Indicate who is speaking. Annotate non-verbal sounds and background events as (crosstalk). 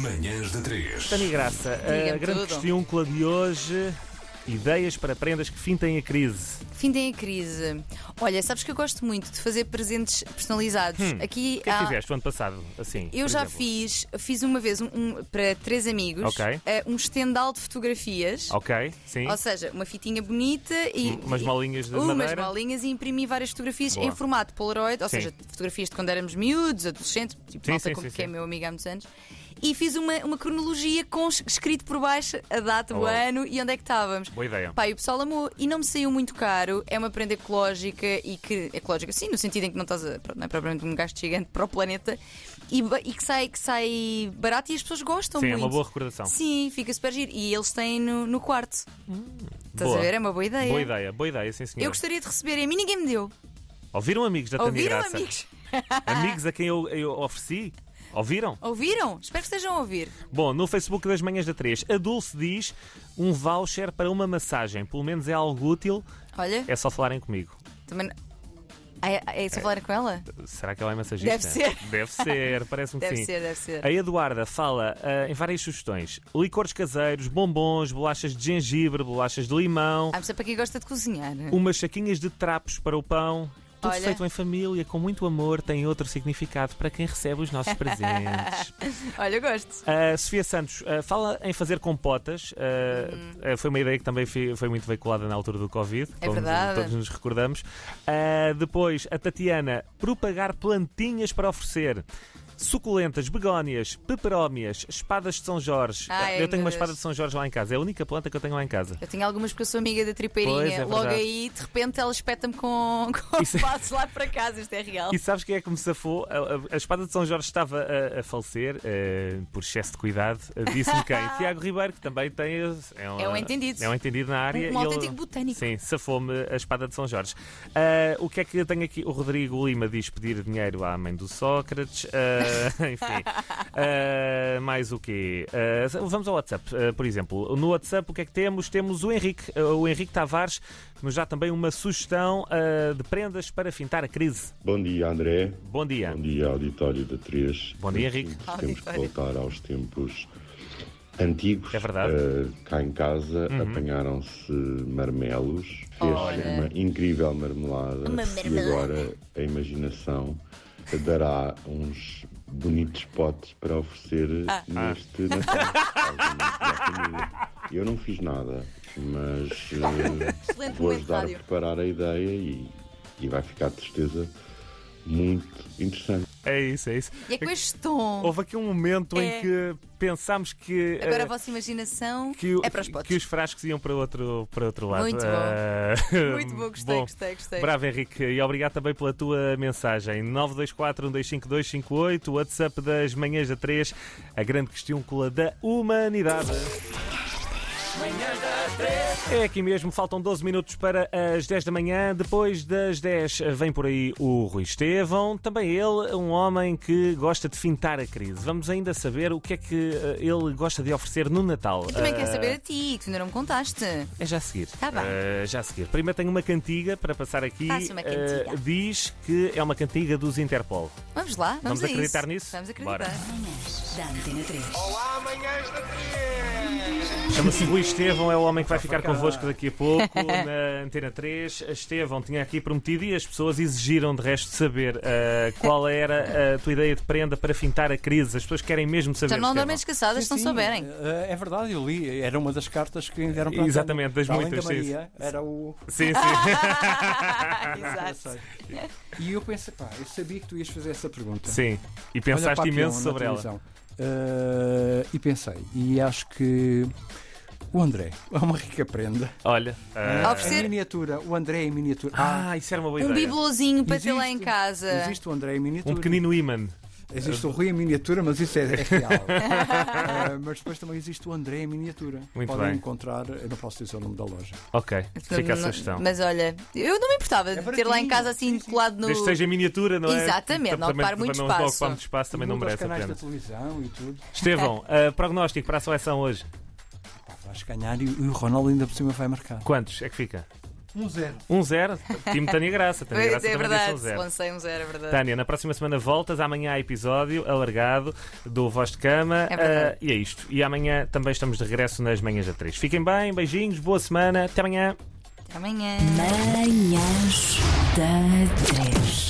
Speaker 1: Manhãs da 3.
Speaker 2: Tânia Graça, a
Speaker 3: Diga-me
Speaker 2: grande
Speaker 3: tudo.
Speaker 2: questiúncula de hoje, ideias para prendas que fintem a crise.
Speaker 3: Findem a crise. Olha, sabes que eu gosto muito de fazer presentes personalizados. Aqui
Speaker 2: O que é que
Speaker 3: há-
Speaker 2: fizeste o ano passado, assim?
Speaker 3: Ah. Eu
Speaker 2: por
Speaker 3: já
Speaker 2: exemplo?
Speaker 3: fiz, fiz uma vez um, um para três amigos,
Speaker 2: Ok.
Speaker 3: eh, um estendal de fotografias.
Speaker 2: Ok, sim.
Speaker 3: Ou seja, uma fitinha bonita e.
Speaker 2: Um- umas
Speaker 3: e-
Speaker 2: molinhas de
Speaker 3: umas
Speaker 2: madeira.
Speaker 3: molinhas e imprimi várias fotografias
Speaker 2: Boa.
Speaker 3: em formato Polaroid, ou
Speaker 2: Sim.
Speaker 3: seja, fotografias de quando éramos miúdos, adolescentes, tipo
Speaker 2: Sim,
Speaker 3: malta
Speaker 2: sim,
Speaker 3: com-
Speaker 2: sim,
Speaker 3: que é
Speaker 2: sim.
Speaker 3: meu amigo há muitos anos. E fiz uma, uma cronologia com es- escrito por baixo a data, o
Speaker 2: Oh.
Speaker 3: ano e onde é que estávamos.
Speaker 2: Boa ideia.
Speaker 3: Pá, e o pessoal amou e não me saiu muito caro. É uma prenda ecológica e que. Ecológica, sim, no sentido em que não estás a. pronto, Não é propriamente um gasto gigante para o planeta e, ba- e que, sai, que sai barato e as pessoas gostam
Speaker 2: sim,
Speaker 3: muito.
Speaker 2: é uma boa recordação.
Speaker 3: Sim, fica super giro. E eles têm no, no quarto. Estás
Speaker 2: boa.
Speaker 3: a ver? É uma boa ideia.
Speaker 2: Boa ideia, boa ideia, sim senhor.
Speaker 3: Eu gostaria de receber, e a mim ninguém me deu.
Speaker 2: Ouviram amigos da Tânia
Speaker 3: Ouviram,
Speaker 2: Graça?
Speaker 3: amigos? (laughs)
Speaker 2: Amigos a quem eu, eu ofereci? Ouviram?
Speaker 3: Ouviram? Espero que estejam a ouvir.
Speaker 2: Bom, no Facebook das Manhãs da 3, a Dulce diz um voucher para uma massagem. Pelo menos é algo útil,
Speaker 3: Olha,
Speaker 2: é só falarem comigo.
Speaker 3: também. Ah, é- é só falar com ela?
Speaker 2: Será que ela é massagista?
Speaker 3: Deve ser.
Speaker 2: Deve ser, parece-me que
Speaker 3: Deve
Speaker 2: sim. É.
Speaker 3: ser, deve ser.
Speaker 2: A Eduarda fala ah, em várias sugestões: licores caseiros, bombons, bolachas de gengibre, bolachas de limão,
Speaker 3: Ah, mas é para quem gosta de cozinhar.
Speaker 2: umas saquinhas de trapos para o pão. Tudo
Speaker 3: Olha.
Speaker 2: feito em família, com muito amor, tem outro significado para quem recebe os nossos presentes.
Speaker 3: Olha, eu gosto.
Speaker 2: A Sofia Santos ah, fala em fazer compotas. ah, ah, foi uma ideia que também fi- foi muito veiculada na altura do Covid,
Speaker 3: Uhum. É
Speaker 2: como
Speaker 3: verdade.
Speaker 2: todos nos recordamos. Ah, depois, a Tatiana, propagar plantinhas para oferecer. Suculentas, begónias, peperómias, espadas de São Jorge.
Speaker 3: Ai,
Speaker 2: Ah,
Speaker 3: meu
Speaker 2: eu tenho uma
Speaker 3: Deus.
Speaker 2: espada de São Jorge lá em casa, é a única planta que eu tenho lá em casa.
Speaker 3: Eu tenho algumas porque eu sou amiga da
Speaker 2: Pois,
Speaker 3: tripeirinha.
Speaker 2: é
Speaker 3: Logo
Speaker 2: verdade.
Speaker 3: aí, de repente, ela espeta-me com, (laughs) com
Speaker 2: Isso é-
Speaker 3: passos lá para casa. Isto é real.
Speaker 2: E sabes quem é que me safou? A, a- a espada de São Jorge estava a, a falecer eh, por excesso de cuidado. Eh, Disse-me
Speaker 3: (laughs)
Speaker 2: quem? Tiago Ribeiro, que também tem. É
Speaker 3: É um entendido.
Speaker 2: É um entendido na área.
Speaker 3: Um
Speaker 2: e ele-
Speaker 3: autêntico botânico.
Speaker 2: Sim, safou-me a espada de São Jorge. Ah, o que é que eu tenho aqui? O Rodrigo Lima diz pedir dinheiro à mãe do Sócrates. Ah, (laughs) enfim. Ah, mais o quê? Ah, vamos ao WhatsApp, ah, por exemplo. No WhatsApp, o que é que temos? Temos o Henrique. Ah, o Henrique Tavares que nos dá também uma sugestão ah, de prendas para fintar a crise.
Speaker 4: Bom dia, André.
Speaker 2: Bom dia.
Speaker 4: Bom dia, auditório da 3.
Speaker 2: Bom dia, Henrique.
Speaker 4: Temos que
Speaker 3: Auditório.
Speaker 4: voltar aos tempos antigos.
Speaker 2: É verdade. Uhum.
Speaker 4: Eh, cá em casa apanharam-se marmelos. Fez-se uma incrível marmelada.
Speaker 3: Uma
Speaker 4: E
Speaker 3: marmelada.
Speaker 4: agora a imaginação dará uns bonitos potes para oferecer
Speaker 3: Ah.
Speaker 4: neste Natal.
Speaker 2: Ah.
Speaker 4: Algumas da família. é Eu não fiz nada, mas eh,
Speaker 3: (laughs) Excelente
Speaker 4: vou
Speaker 3: momento de
Speaker 4: ajudar a
Speaker 3: rádio.
Speaker 4: preparar a ideia e, e vai ficar de certeza muito interessante.
Speaker 2: É isso, é isso.
Speaker 3: E é com este tom.
Speaker 2: Houve aqui um momento em
Speaker 3: É.
Speaker 2: que pensámos que.
Speaker 3: Agora a
Speaker 2: ah,
Speaker 3: vossa imaginação
Speaker 2: que, o-
Speaker 3: é para os
Speaker 2: que
Speaker 3: potes.
Speaker 2: os frascos iam para outro, para outro lado.
Speaker 3: Muito bom.
Speaker 2: Ah, (laughs)
Speaker 3: Muito bom, gostei, gostei, gostei.
Speaker 2: Bravo, Henrique, e obrigado também pela tua mensagem. 924-125-258, WhatsApp das manhãs da 3, a grande questiúncula da humanidade. É aqui mesmo, faltam 12 minutos para as 10 da manhã. Depois das 10 vem por aí o Rui Estevão, também ele, um homem que gosta de fintar a crise. Vamos ainda saber o que é que eh, ele gosta de oferecer no Natal.
Speaker 3: Também quero
Speaker 2: Ah,
Speaker 3: saber a ti, que tu ainda não me contaste.
Speaker 2: é já a seguir.
Speaker 3: Tá bem.
Speaker 2: Eh, já a seguir. Primeiro tenho uma cantiga para passar aqui.
Speaker 3: Faça uma cantiga.
Speaker 2: Eh, diz que é uma cantiga dos Interpol.
Speaker 3: Vamos lá, vamos,
Speaker 2: Vamos
Speaker 3: a isso.
Speaker 2: acreditar nisso?
Speaker 3: Vamos acreditar.
Speaker 2: Bora.
Speaker 5: Manhãs da Antena 3.
Speaker 2: Chama-se Luís Estevão, é o homem que vai ficar convosco daqui a
Speaker 6: (laughs)
Speaker 2: pouco na Antena 3. A Estevão tinha aqui prometido e as pessoas exigiram de resto saber eh, qual era a tua ideia de prenda para fintar a crise. As pessoas querem mesmo saber.
Speaker 3: Já Então, não
Speaker 2: Estevão.
Speaker 3: dormem descansadas se não
Speaker 6: Sim, (laughs)
Speaker 3: souberem.
Speaker 6: eh, É verdade, eu li. Era uma das cartas que deram para a
Speaker 2: Exatamente, das
Speaker 6: Tânia. Para
Speaker 2: muitas,
Speaker 6: Além
Speaker 2: sim.
Speaker 6: da Maria, era o.
Speaker 2: (laughs) Sim, sim.
Speaker 3: (laughs)
Speaker 6: eu sei. E eu pensei, pá, eu sabia que tu ias fazer essa pergunta.
Speaker 2: sim. E
Speaker 6: Olha o
Speaker 2: pensaste
Speaker 6: Papião
Speaker 2: imenso
Speaker 6: um na
Speaker 2: sobre ela.
Speaker 6: televisão. Eh, e pensei, e acho que o André é uma rica prenda.
Speaker 2: Olha. eh,
Speaker 3: Oferecer-
Speaker 6: Em miniatura, o André é em miniatura.
Speaker 2: Ah, isso era uma boa
Speaker 3: Oh. Um
Speaker 2: ideia.
Speaker 3: bibelôzinho para ter lá em
Speaker 6: Existe-
Speaker 3: casa.
Speaker 6: Existe o André em miniatura.
Speaker 2: Um pequenino imã.
Speaker 6: Existe o Rui em miniatura, mas isso é, é
Speaker 2: (laughs)
Speaker 6: real. Eh, mas depois também existe o André em miniatura.
Speaker 2: Muito
Speaker 6: Podem
Speaker 2: bem.
Speaker 6: encontrar, eu não posso dizer o nome da loja.
Speaker 2: Ok, fica a
Speaker 3: Então, Não-
Speaker 2: sugestão.
Speaker 3: Mas olha, eu não me importava
Speaker 6: É
Speaker 3: de
Speaker 6: para
Speaker 3: ter lá
Speaker 6: ti.
Speaker 3: em casa assim
Speaker 6: Sim, sim.
Speaker 3: colado no.
Speaker 2: Desde que seja miniatura, não é?
Speaker 3: Exatamente, não
Speaker 2: Também-
Speaker 3: ocupar muito
Speaker 2: não- Não
Speaker 3: espaço.
Speaker 2: ocupar muito espaço também não
Speaker 6: Muda os
Speaker 2: merece a
Speaker 6: canais
Speaker 2: pena.
Speaker 6: da televisão e tudo.
Speaker 2: Estevão, eh, prognóstico para a seleção hoje.
Speaker 6: Pá, vais ganhar e, e o Ronaldo ainda por cima vai marcar.
Speaker 2: Quantos é que fica?
Speaker 1: Um zero.
Speaker 2: Um zero. Time Tânia Graça. Tânia Graça também
Speaker 3: é
Speaker 2: disse um
Speaker 3: verdade,
Speaker 2: zero. Tá.
Speaker 3: lancei um zero, é verdade.
Speaker 2: Tânia, na próxima semana voltas. Amanhã há episódio alargado do Voz de Cama.
Speaker 3: É verdade.
Speaker 2: Ah, e é isto. E amanhã também estamos de regresso nas manhãs da 3. Fiquem bem, beijinhos, boa semana. Até amanhã.
Speaker 3: Até amanhã.
Speaker 5: Manhãs da 3.